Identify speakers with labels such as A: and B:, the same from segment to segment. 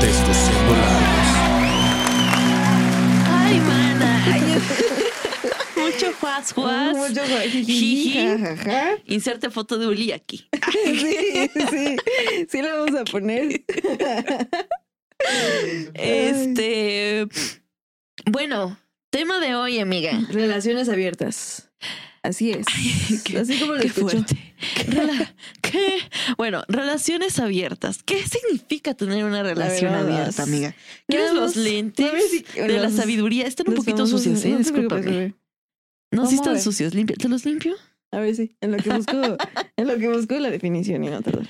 A: Descosiendo labios.
B: Ay, mana. Mucho juaz, juaz.
C: Mucho guay,
B: Jiji.
C: jiji, jajaja.
B: Inserte foto de Uli aquí.
C: Sí, sí, sí la vamos a poner.
B: Este. Bueno, tema de hoy, amiga.
C: Relaciones abiertas. Así es.
B: qué-
C: Así como lo
B: Qué
C: escucho.
B: fuerte. Rela- ¿Qué? Bueno, relaciones abiertas. ¿Qué significa tener una relación
C: verdad,
B: abierta, amiga? ¿Quieres
C: Nada
B: los
C: más,
B: lentes
C: a ver si-
B: de la
C: los-
B: sabiduría? Están un
C: los
B: poquito
C: famosos-
B: sucios, ¿eh?
C: no te preocupes,
B: Discúlpame.
C: bebé.
B: No, sí
C: ¿Cómo
B: están
C: ve?
B: sucios. Limpia- ¿Te los limpio?
C: A ver, sí. En lo que busco, en lo que busco la definición y no tardar.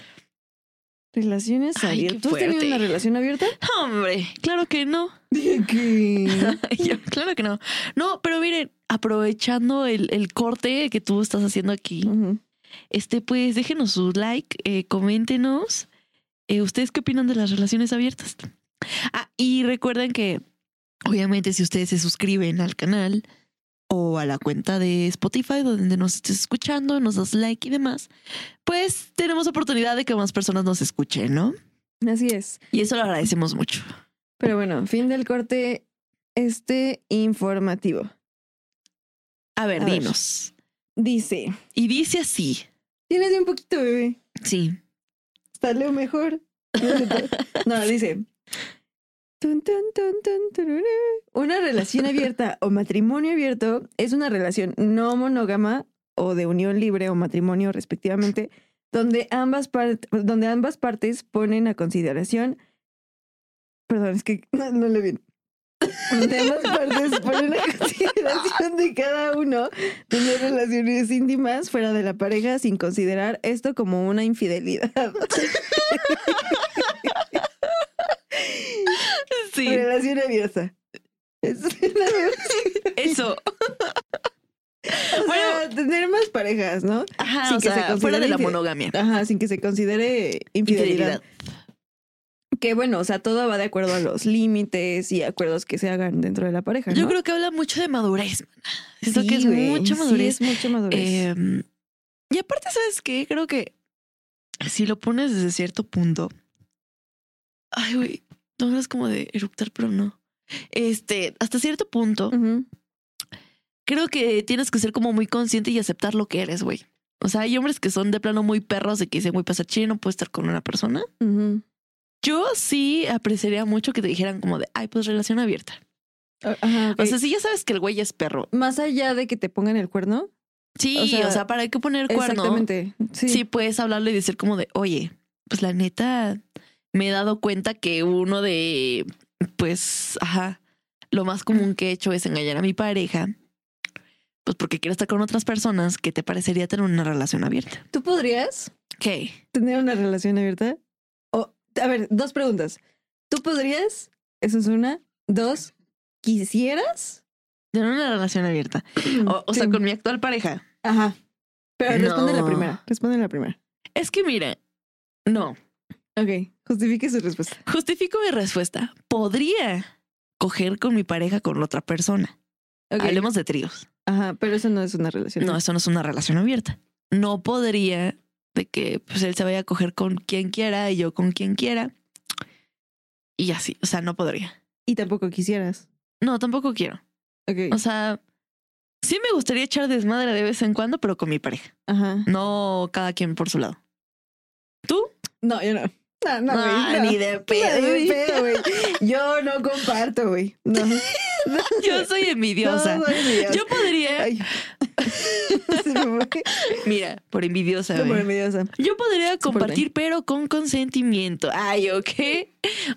C: Relaciones
B: Ay, qué
C: abiertas. ¿Tú has tenido
B: fuerte.
C: una relación abierta?
B: Hombre, claro que no.
C: Dije que.
B: Yo, claro que no. No, pero miren, aprovechando el, el corte que tú estás haciendo aquí, este, pues déjenos su like, eh, coméntenos. eh, ¿Ustedes qué opinan de las relaciones abiertas? Ah, y recuerden que, obviamente, si ustedes se suscriben al canal o a la cuenta de Spotify donde nos estés escuchando, nos das like y demás, pues tenemos oportunidad de que más personas nos escuchen, ¿no?
C: Así es.
B: Y eso lo agradecemos mucho.
C: Pero bueno, fin del corte este informativo.
B: A ver,
C: A ver.
B: dinos.
C: Dice,
B: Y dice así.
C: tienes bien poquito, bebé.
B: Sí.
C: Salió mejor. pues. No, dice. tun, tun, tun, tun, tururú. Una relación abierta o matrimonio abierto es una relación no monógama o de unión libre o matrimonio respectivamente, donde ambas, par- donde ambas partes ponen a consideración... Perdón, es que no, no le vi. Donde ambas partes ponen a consideración de cada uno tener relaciones íntimas fuera de la pareja sin considerar esto como una infidelidad.
B: Sí.
C: Relación abierta. Es una relación-
B: Eso.
C: o
B: Bueno.
C: sea, tener más parejas, ¿no?
B: Ajá,
C: Sin
B: o
C: que se
B: sea, fuera de
C: considere
B: la
C: infide-
B: monogamia.
C: Ajá, sin que se considere
B: Fidelidad.
C: infidelidad. Que bueno, o sea, todo va de acuerdo a los límites y acuerdos que se hagan dentro de la pareja.
B: Yo
C: ¿no?
B: creo que habla mucho de madurez. mana. Siento
C: Sí,
B: que es
C: güey,
B: mucha madurez.
C: Sí, es mucha madurez.
B: Eh, y aparte, ¿sabes qué? Creo que si lo pones desde cierto punto. Ay, güey. No hablas como de eruptar, pero no. Este, hasta cierto punto,
C: Ujú.
B: creo que tienes que ser como muy consciente y aceptar lo que eres, güey. O sea, hay hombres que son de plano muy perros de que dicen, güey, pues pasa chile, no puedo estar con una persona.
C: Ujú.
B: Yo sí apreciaría mucho que te dijeran como de, ay, pues relación abierta.
C: Ajá, ok.
B: O eh, sea, si ya sabes que el güey es perro.
C: más allá de que te pongan el cuerno.
B: Sí, o
C: O
B: sea,
C: sea,
B: ¿para qué poner cuerno?
C: Exactamente. Sí.
B: Sí, puedes hablarle y decir como de, oye, pues la neta, me he dado cuenta que uno de, pues, ajá, lo más común que he hecho es engañar a mi pareja. Pues porque quiero estar con otras personas que te parecería tener una relación abierta.
C: ¿Tú podrías
B: ¿Qué?
C: tener una relación abierta? O, a ver, dos preguntas. ¿Tú podrías? Eso es una. Dos, ¿quisieras?
B: Tener una relación abierta. O, o sea,
C: Sí.
B: con mi actual pareja.
C: Ajá. Pero responde
B: No.
C: la primera. Responde la primera.
B: Es que mira, no,
C: Ok, justifique su respuesta.
B: justifico mi respuesta. Podría coger con mi pareja con otra persona.
C: Ok.
B: Hablemos de tríos.
C: Ajá, pero eso no es una relación.
B: No, eso no es una relación abierta. No podría de que pues, él se vaya a coger con quien quiera y yo con quien quiera. Y así, o sea, no podría.
C: Y tampoco quisieras.
B: No, tampoco quiero.
C: Ok.
B: O sea, sí me gustaría echar desmadre de vez en cuando, pero con mi pareja.
C: Ajá.
B: No cada quien por su lado.
C: No, yo no. No, no,
B: Ah,
C: güey. no.
B: Ni de
C: Ni
B: pedo.
C: de
B: güey.
C: pedo, güey. Yo no comparto, güey. No.
B: Yo soy envidiosa.
C: No, soy envidiosa.
B: Yo podría,
C: Ay. Se me fue.
B: mira, por envidiosa.
C: No,
B: güey.
C: por envidiosa.
B: Yo podría
C: por
B: compartir, pero con consentimiento. Ay, ¿ok?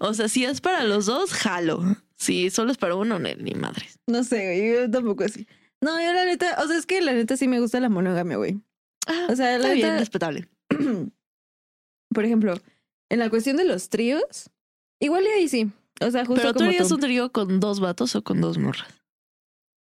B: O sea, si es para los dos, jalo. Si solo es para uno, ni, ni madres.
C: No sé, güey, yo tampoco así. No, yo la neta, o sea, es que la neta sí me gusta la monogamia, güey.
B: Ah,
C: O sea, la
B: está bien,
C: neta,
B: respetable.
C: Por ejemplo, en la cuestión de los tríos, igual y ahí sí. O sea, justo
B: Pero tú
C: como
B: harías
C: tú.
B: un trío con dos vatos o con dos morras.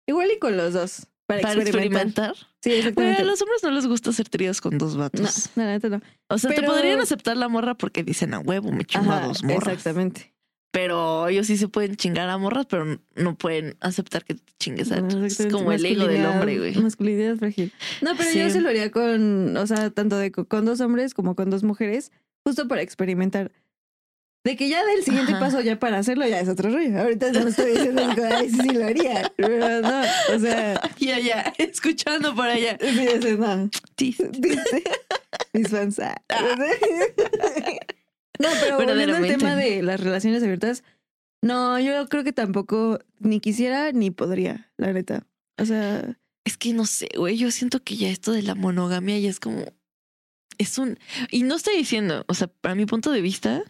C: Igual y con los dos. Para,
B: Para
C: experimentar.
B: experimentar.
C: Sí,
B: Bueno,
C: exactamente.
B: a los hombres no les gusta hacer tríos con dos
C: No,
B: vatos.
C: no, la neta no.
B: o sea, te
C: pero-
B: podrían aceptar la morra porque dicen a huevo, me chingo a
C: Ajá,
B: dos morras.
C: Exactamente.
B: Pero ellos sí se pueden chingar a morras, pero no pueden aceptar que te chingues a
C: No,
B: otros. Es
C: exactamente.
B: como el ego del
C: Masculinidad-
B: hombre, güey.
C: Masculinidad frágil. No, pero yo
B: Sí.
C: se lo haría con, o sea, tanto de co- con dos hombres como con dos mujeres, justo para experimentar. De que ya del siguiente
B: Ajá.
C: paso, ya para hacerlo, ya es otro rollo. Ahorita no estoy diciendo, digo, ay, sí, sí lo haría. Pero no, o sea,
B: Y allá, escuchando por allá.
C: sí, o sea, no.
B: Sí.
C: Dice, Mis fans. ah. No, pero volviendo al
B: Verdaderamente.
C: tema de las relaciones abiertas, no, yo creo que tampoco ni quisiera ni podría, la neta. O sea,
B: Es que no sé, güey. Yo siento que ya esto de la monogamia ya es como. Es un. Y no estoy diciendo, o sea, para mi punto de vista,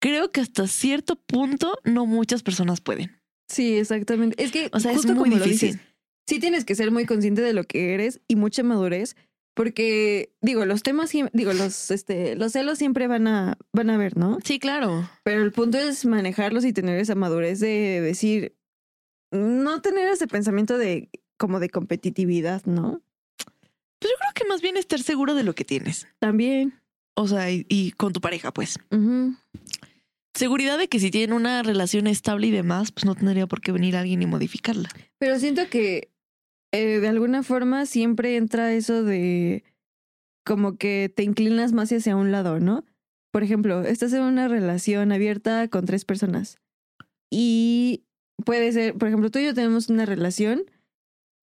B: creo que hasta cierto punto no muchas personas pueden.
C: sí, exactamente. Es que
B: O sea,
C: justo
B: es muy
C: como lo
B: difícil.
C: dices, sí tienes que ser muy consciente de lo que eres y mucha madurez, porque digo, los temas, siem- digo, los este, los celos siempre van a van a ver, ¿no?
B: Sí, claro.
C: Pero el punto es manejarlos y tener esa madurez de decir, no tener ese pensamiento de como de competitividad, ¿no?
B: Creo que más bien estar seguro de lo que tienes.
C: También.
B: O sea, y, y con tu pareja, pues.
C: Ujú.
B: Seguridad de que si tienen una relación estable y demás, pues no tendría por qué venir alguien y modificarla.
C: Pero siento que eh, de alguna forma siempre entra eso de como que te inclinas más hacia un lado, ¿no? Por ejemplo, estás en una relación abierta con tres personas y puede ser, por ejemplo, tú y yo tenemos una relación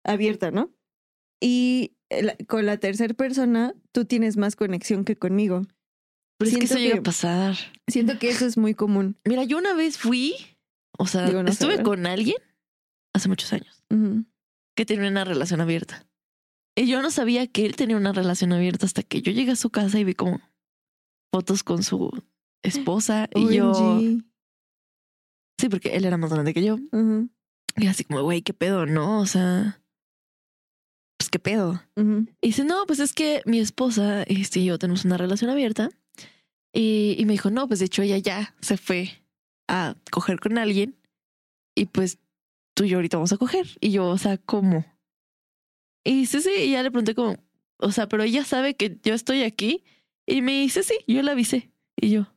C: abierta, ¿no? Y el- con la tercera persona tú tienes más conexión que conmigo.
B: Pero es que
C: Siento
B: eso llega
C: que-
B: a pasar.
C: Siento que eso es muy común.
B: Mira, yo una vez fui, o sea,
C: Digo, no sé,
B: estuve
C: ¿verdad?
B: con alguien hace muchos años
C: Ujú.
B: que tenía una relación abierta. Y yo no sabía que él tenía una relación abierta hasta que yo llegué a su casa y vi como fotos con su esposa y yo...
C: OMG.
B: Sí, porque él era más grande que yo.
C: Ujú,
B: Y así como, güey, ¿qué pedo? No, o sea... Pues qué pedo.
C: ujú.
B: Y dice, no, pues es que mi esposa este, y yo tenemos una relación abierta. Y, y me dijo, no, pues de hecho ella ya se fue a coger con alguien. Y pues tú y yo ahorita vamos a coger. Y yo, o sea, ¿cómo? Y dice, sí, y ya le pregunté como, o sea, pero ella sabe que yo estoy aquí. Y me dice, sí, yo la avisé. Y yo,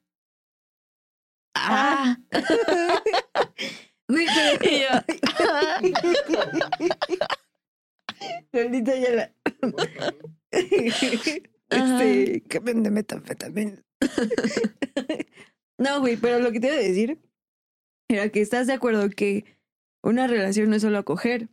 B: ah.
C: Güey, pero-
B: Y yo, ah.
C: Lolita ya la.
B: Ajá.
C: este, que vende metanfetamina. no, güey, pero lo que te iba a decir era que estás de acuerdo que una relación no es solo acoger.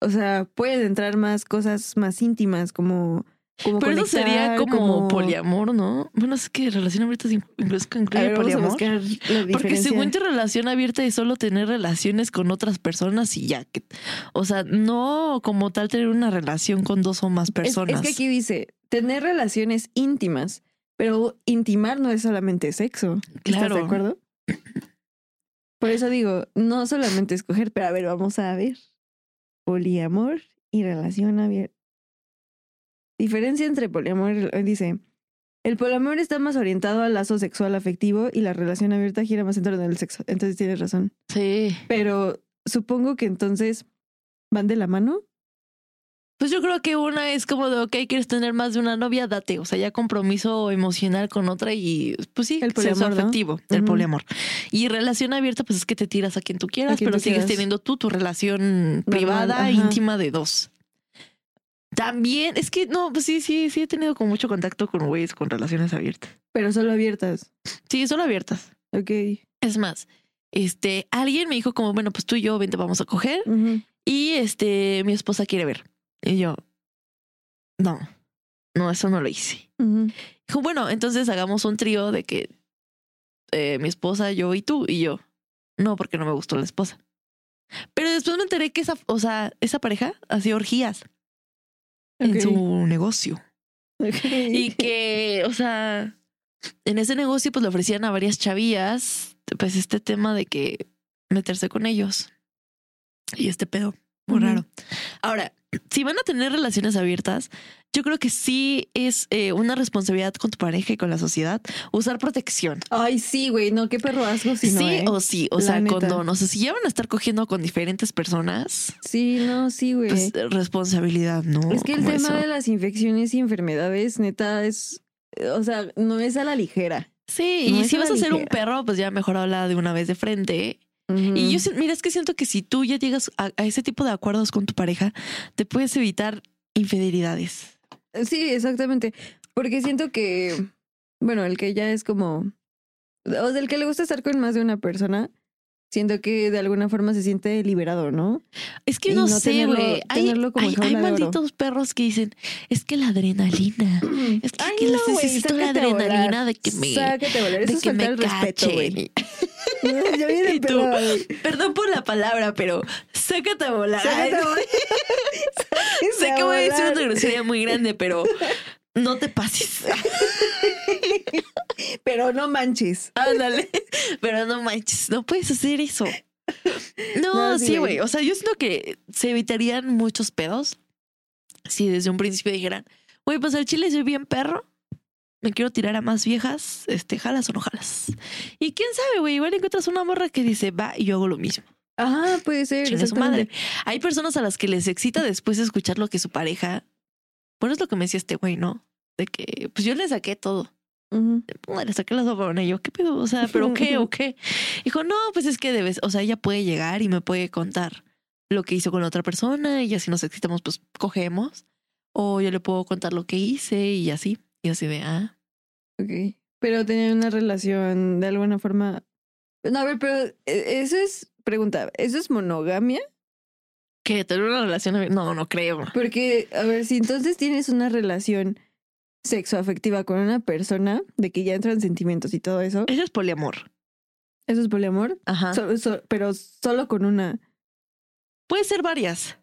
C: O sea, pueden entrar más cosas más íntimas, como. como
B: Pero eso sería
C: conectar,
B: como, poliamor, ¿no? Bueno, es que relación abierta sin- incluso que
C: A
B: incluye
C: ver, vamos a
B: poliamor.
C: buscar la
B: Porque
C: diferencia.
B: según tu relación abierta es solo tener relaciones con otras personas y ya. que- o sea, no como tal tener una relación con dos o más
C: Es-
B: personas.
C: Es, que aquí dice tener relaciones íntimas, pero intimar no es solamente sexo. ¿Estás
B: Claro.
C: de acuerdo? Por eso digo, no solamente escoger, pero a ver, vamos a ver. Poliamor y relación abierta. Diferencia entre poliamor y rel- dice. El poliamor está más orientado al lazo sexual afectivo y la relación abierta gira más en torno al sexo. Entonces tienes razón.
B: Sí.
C: Pero supongo que entonces van de la mano.
B: Pues yo creo que una es como de, ok, quieres tener más de una novia, date. O sea, ya compromiso emocional con otra y, pues sí,
C: El
B: sexo
C: poliamor, ¿no?
B: afectivo, el
C: Ujú.
B: poliamor. Y relación abierta, pues es que te tiras a quien tú quieras,
C: A quien
B: pero
C: tú
B: sigues
C: quieras.
B: teniendo tú tu relación privada,
C: ajá.
B: íntima de dos. También, es que no, pues sí, sí, sí he tenido como mucho contacto con güeyes con relaciones abiertas.
C: Pero solo abiertas.
B: Sí, solo abiertas.
C: Ok.
B: Es más, este, alguien me dijo como, bueno, pues tú y yo, vente, vamos a coger.
C: Ujú.
B: Y este, mi esposa quiere ver. Y yo, no, no, eso no lo hice.
C: Ujú.
B: Dijo, bueno, entonces hagamos un trío de que eh, mi esposa, yo y tú. Y yo, no, porque no me gustó la esposa. Pero después me enteré que esa, o sea, esa pareja hacía orgías en
C: Ok.
B: su negocio.
C: Ok.
B: Y que, o sea, en ese negocio pues le ofrecían a varias chavillas pues este tema de que meterse con ellos. Y este pedo, muy
C: Ujú.
B: raro. Ahora, si van a tener relaciones abiertas, yo creo que sí es eh, una responsabilidad con tu pareja y con la sociedad usar protección.
C: Ay, sí, güey, no, qué perro asco si
B: sí
C: no, ¿eh?
B: o sí, o
C: La
B: sea,
C: neta.
B: condón. O sea, si ya van a estar cogiendo con diferentes personas,
C: Sí, no, sí, güey.
B: pues eh, responsabilidad, ¿no?
C: es que el
B: Como
C: tema
B: eso.
C: de las infecciones y enfermedades, neta, es. eh, O sea, no es a la ligera.
B: Sí,
C: no
B: y
C: es
B: si
C: a la
B: vas a ser un
C: ligera.
B: perro, pues ya mejor habla de una vez de frente.
C: Mm.
B: Y yo, si- mira, es que siento que si tú ya llegas a, a ese tipo de acuerdos con tu pareja, te puedes evitar infidelidades.
C: Sí, exactamente. Porque siento que, bueno, el que ya es como, o sea, el que le gusta estar con más de una persona, siento que de alguna forma se siente liberado, ¿no?
B: Es que
C: Y
B: no,
C: no
B: sé,
C: tenerlo-
B: güey. Hay,
C: tenerlo como
B: hay-
C: jaula
B: hay
C: de oro.
B: malditos perros que dicen, es que la adrenalina. Es que, que les
C: güey,
B: necesito la
C: sácate a volar,
B: adrenalina de que me,
C: Sácate a volar, eso
B: de
C: es
B: que
C: faltar
B: me
C: el respeto, güey.
B: cachen.
C: Ya viene
B: Y
C: el
B: tú,
C: pedo, güey.
B: Perdón por la palabra, pero sácate a volar.
C: Sácate a volar.
B: sé que voy a decir
C: volar.
B: una grosería muy grande, pero no te pases.
C: Pero no manches.
B: Ándale. Pero no manches, no puedes hacer eso. No,
C: No, sí,
B: sí,
C: güey.
B: güey. O sea, yo siento que se evitarían muchos pedos si desde un principio dijeran, güey, pues al chile soy bien perro. Me quiero tirar a más viejas, este, jalas o no jalas. Y quién sabe, güey, igual encuentras una morra que dice, va, y yo hago lo mismo.
C: Ajá, puede ser.
B: Chinga su madre. Hay personas a las que les excita después escuchar lo que su pareja. Bueno, es lo que me decía este güey, ¿no? De que, pues yo le saqué todo.
C: exactamente.
B: Bueno, le saqué la sobrona y yo, ¿qué pedo? O sea, ¿pero qué o qué? Dijo, no, pues es que debes, o sea, ella puede llegar y me puede contar lo que hizo con la otra persona y así nos excitamos, pues cogemos. O yo le puedo contar lo que hice y así. Y así de, ah,
C: Ujú. Ok. Pero tenían una relación de alguna forma. No, a ver, pero eh, eso es. Pregunta, ¿eso es monogamia?
B: ¿qué? ¿Tener una relación? abier- No, no creo.
C: Porque, a ver, si entonces tienes una relación sexoafectiva con una persona, de que ya entran sentimientos y todo eso,
B: Eso es poliamor.
C: ¿eso es poliamor?
B: Ajá.
C: So- so- pero solo con una.
B: puede ser varias.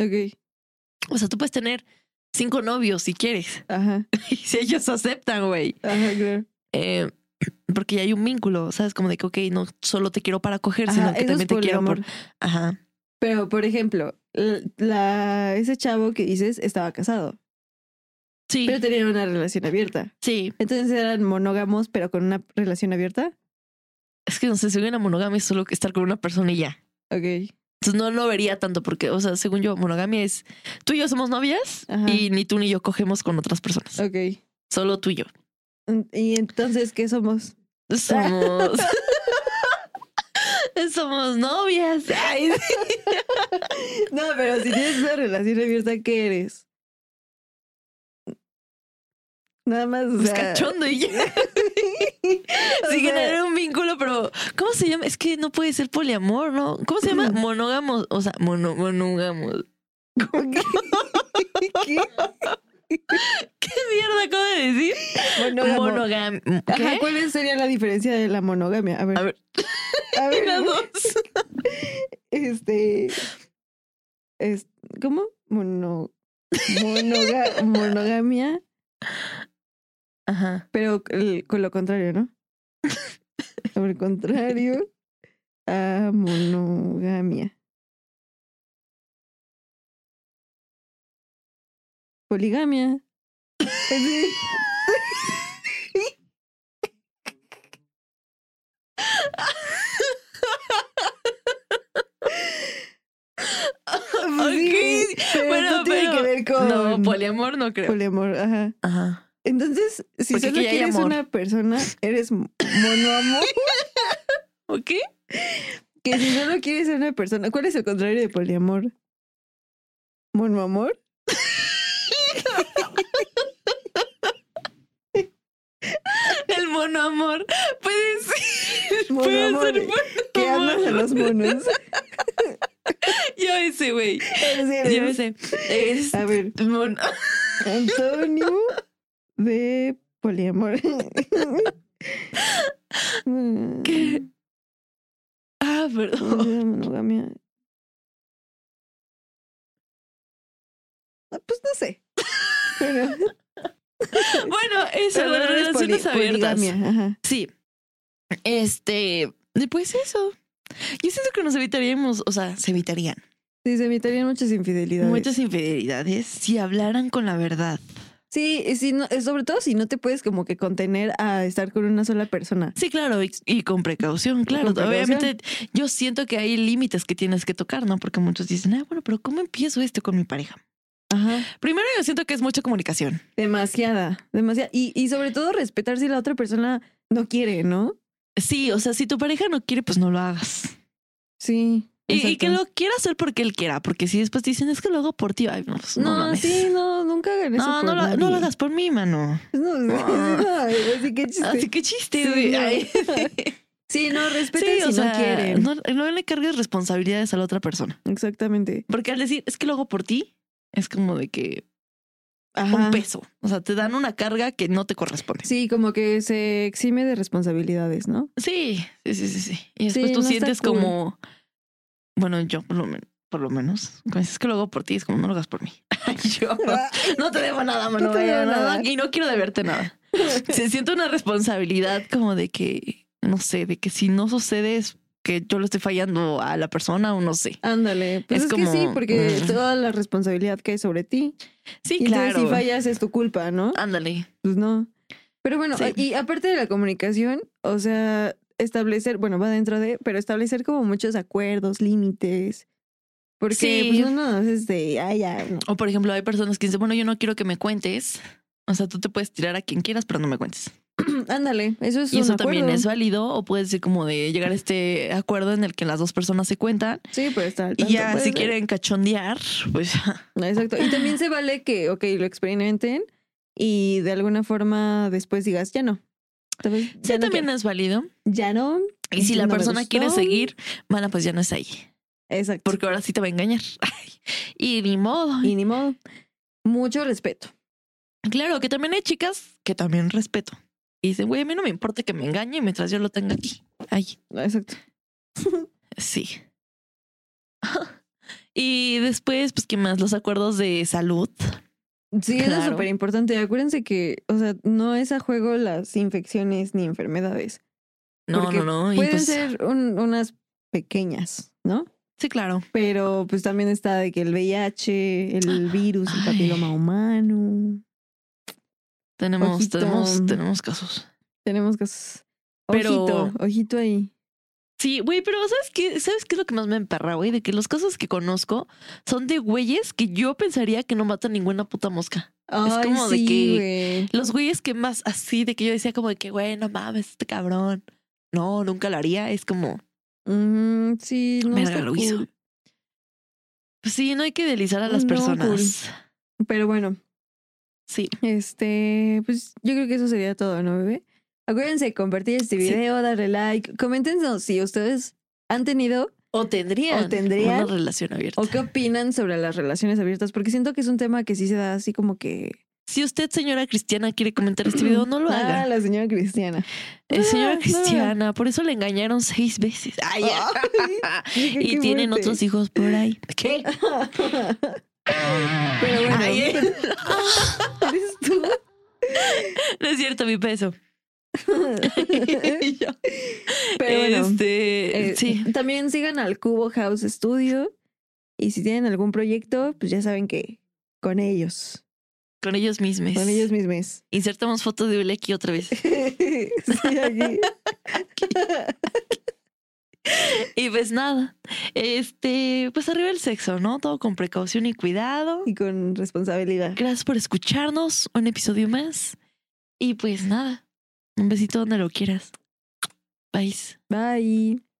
C: Ok,
B: O sea, tú puedes tener cinco novios si quieres.
C: ajá,
B: Y si ellos aceptan, güey.
C: ajá, claro.
B: Eh, porque ya hay un vínculo, ¿sabes? Como de que, ok, no solo te quiero para coger,
C: Ajá,
B: sino que
C: eso es
B: también te quiero
C: poliamor.
B: por. Ajá.
C: Pero, por ejemplo, l- la, ese chavo que dices estaba casado,
B: Sí.
C: pero tenían una relación abierta.
B: Sí.
C: Entonces eran monógamos, pero con una relación abierta.
B: Es que no sé, según la monogamia es solo estar con una persona y ya.
C: Ok,
B: Entonces no lo vería tanto porque, o sea, según yo, monogamia es tú y yo somos novias
C: Ajá.
B: y ni tú ni yo cogemos con otras personas.
C: ok.
B: Solo tú y yo.
C: Mm, ¿Y entonces qué somos?
B: Somos. somos novias. Ay, sí.
C: No, pero si tienes una relación abierta, ¿qué eres? Nada más. o
B: Pues
C: sea,
B: cachondo y ya.
C: o
B: Sí, que
C: sea,
B: tener un vínculo, pero ¿cómo se llama? Es que no puede ser poliamor, ¿no? ¿Cómo se llama? Monógamos, o sea, mono, monógamos.
C: ¿qué?
B: ¿Qué mierda acabo de decir?
C: Monógamo.
B: Monogam.
C: Ajá,
B: ¿Qué?
C: ¿Cuál sería la diferencia de la monogamia? A ver.
B: A ver.
C: A ver,
B: Las dos.
C: Este. es- ¿Cómo? Mono. monoga- monogamia,
B: Ajá.
C: pero el- con lo contrario, ¿no? Con lo contrario a monogamia. Poligamia. Pues Así. Sí,
B: Ok,
C: pero
B: bueno,
C: no tiene
B: pero-
C: que ver con
B: No, poliamor no creo.
C: poliamor, ajá.
B: Ajá.
C: Entonces, si
B: Porque
C: solo
B: aquí hay
C: quieres
B: amor.
C: una persona, eres monoamor.
B: ¿O qué?
C: que si solo quieres a una persona, ¿cuál es el contrario de poliamor? ¿Monoamor?
B: El monoamor. Puede ser.
C: Monoamor,
B: Puede ser
C: güey. Que amas a
B: monoamor.
C: los monos.
B: Yo ese, güey.
C: Eres- eres-
B: Yo ese. Es
C: A ver,
B: mon-
C: antónimo de poliamor.
B: ¿Qué? Ah, perdón.
C: Monogamia. Ah, Pues no sé. Pero,
B: Bueno, eso,
C: pero
B: las
C: eres poli-
B: relaciones abiertas.
C: poligamia, ajá.
B: Sí. Este, y pues eso. Yo siento que nos evitaríamos, o sea, se evitarían.
C: Sí, se evitarían muchas infidelidades.
B: Muchas infidelidades si hablaran con la verdad.
C: Sí, y si no, eh, sobre todo si no te puedes como que contener a estar con una sola persona.
B: Sí, claro, y, y con precaución, claro.
C: Con precaución.
B: Obviamente, yo siento que hay límites que tienes que tocar, ¿no? Porque muchos dicen, ah, bueno, pero ¿cómo empiezo esto con mi pareja?
C: Ajá.
B: Primero, yo siento que es mucha comunicación.
C: Demasiada, demasiada. Y, y sobre todo respetar si la otra persona no quiere, ¿no?
B: Sí, o sea, si tu pareja no quiere, pues no lo hagas.
C: Sí.
B: Y, y que
C: exacto.
B: lo quiera hacer porque él quiera, porque si después te dicen, es que lo hago por ti, ay, no, pues, no,
C: No,
B: mames.
C: sí, no, nunca hagan eso.
B: No,
C: por
B: no, lo, no
C: nadie.
B: lo hagas por mí, mano.
C: No, ay, así que chiste.
B: Así que chiste,
C: Sí,
B: güey.
C: no.
B: Ay.
C: Sí, no, respeten
B: Sí,
C: si
B: o sea,
C: no quieren.
B: no, no le cargues responsabilidades a la otra persona.
C: Exactamente.
B: Porque al decir, es que lo hago por ti, es como de que
C: Ajá.
B: un peso. O sea, te dan una carga que no te corresponde.
C: Sí, como que se exime de responsabilidades, ¿no?
B: Sí, sí, sí, sí. sí. Y
C: Sí,
B: después tú
C: no está
B: sientes
C: cool.
B: como, bueno, yo por lo, men- por lo menos, cuando dices que lo hago por ti, es como no lo hagas por mí. yo no te debo nada, mano.
C: te
B: vaya,
C: debo
B: nada,
C: nada.
B: Y no quiero deberte nada. Se siente una responsabilidad como de que, no sé, de que si no sucede es que yo le estoy fallando a la persona o no sé.
C: Ándale, pues
B: Es
C: es,
B: como,
C: que sí, porque
B: mm.
C: toda la responsabilidad cae sobre ti.
B: Sí,
C: Y entonces
B: claro.
C: si fallas es tu culpa, ¿no?
B: Ándale.
C: Pues no. Pero bueno,
B: Sí.
C: y aparte de la comunicación, o sea, establecer, bueno, va dentro de, pero establecer como muchos acuerdos, límites. Porque
B: Sí.
C: pues no, no, es de, ay, ya, no.
B: O por ejemplo, hay personas que dicen, bueno, yo no quiero que me cuentes. O sea, tú te puedes tirar a quien quieras, pero no me cuentes.
C: Ándale, eso es
B: Y
C: un
B: eso
C: acuerdo.
B: también es válido, o puede ser como de llegar a este acuerdo en el que las dos personas se cuentan.
C: Sí, pero está al
B: Y
C: tanto,
B: ya,
C: puede
B: si
C: ser.
B: quieren cachondear, pues
C: Exacto. Y también se vale que, ok, lo experimenten y de alguna forma después digas, ya no. ¿Sabes?
B: sí,
C: no
B: también
C: quiero.
B: es válido.
C: Ya no.
B: Y si la
C: No me
B: persona
C: gustó.
B: quiere seguir, bueno, pues ya no es ahí.
C: Exacto.
B: Porque ahora sí te va a engañar. y ni modo.
C: Y ni modo. Mucho respeto.
B: Claro, que también hay chicas que también respeto. Y dicen, güey, a mí no me importa que me engañe mientras yo lo tenga aquí. Ay,
C: Exacto.
B: sí. y después, pues, ¿qué más? Los acuerdos de salud.
C: Sí, eso es
B: Claro.
C: súper importante. Acuérdense que, o sea, no es a juego las infecciones ni enfermedades.
B: No,
C: Porque
B: no, no. y
C: Pueden
B: pues-
C: ser un- unas pequeñas, ¿no?
B: Sí, claro.
C: Pero pues también está de que el VIH, el virus, el
B: Ay.
C: papiloma humano.
B: Tenemos,
C: Ojito.
B: tenemos, tenemos casos.
C: Tenemos que... s-
B: Pero-
C: Ojito, ojito ahí.
B: Sí, güey, pero ¿sabes qué? ¿Sabes qué es lo que más me emperra, güey? De que los casos que conozco son de güeyes que yo pensaría que no matan ninguna puta mosca.
C: Ay,
B: como de que-
C: güey.
B: Los güeyes que más así, de que yo decía como de que, güey, no mames, este cabrón. No, nunca lo haría. Es como,
C: Mm, sí, no
B: verga,
C: está
B: lo hizo.
C: cool.
B: Pues sí, no hay que delizar a las
C: No,
B: personas.
C: Pero bueno,
B: Sí,
C: este, pues yo creo que eso sería todo, ¿no, bebé? Acuérdense de compartir
B: Sí.
C: este video, darle like, coméntenos si ustedes han tenido
B: o tendrían,
C: O tendrían.
B: una relación abierta.
C: o qué opinan sobre las relaciones abiertas, porque siento que es un tema que sí se da así como que...
B: Si usted, señora cristiana, quiere comentar este video, no lo haga.
C: Ah, la señora cristiana.
B: Eh, señora
C: no.
B: cristiana, por eso le engañaron seis veces. Ay, ya.
C: Dije,
B: y
C: qué
B: tienen
C: fuerte.
B: otros hijos por ahí. ¿Qué?
C: Pero bueno,
B: Ay, eh.
C: ¿eres tú?
B: No es cierto, mi peso. Y yo,
C: Pero bueno.
B: este,
C: Eh,
B: sí,
C: También sigan al Cubo House Studio. Y si tienen algún proyecto, pues ya saben que con ellos.
B: con ellos mismos.
C: Con ellos mismos.
B: Insertamos fotos de Uleki otra vez.
C: Estoy aquí.
B: Y pues nada, este, pues arriba el sexo, ¿no? Todo con precaución y cuidado.
C: Y con responsabilidad.
B: Gracias por escucharnos, un episodio más. Y pues nada, un besito donde lo quieras. Bye.
C: Bye.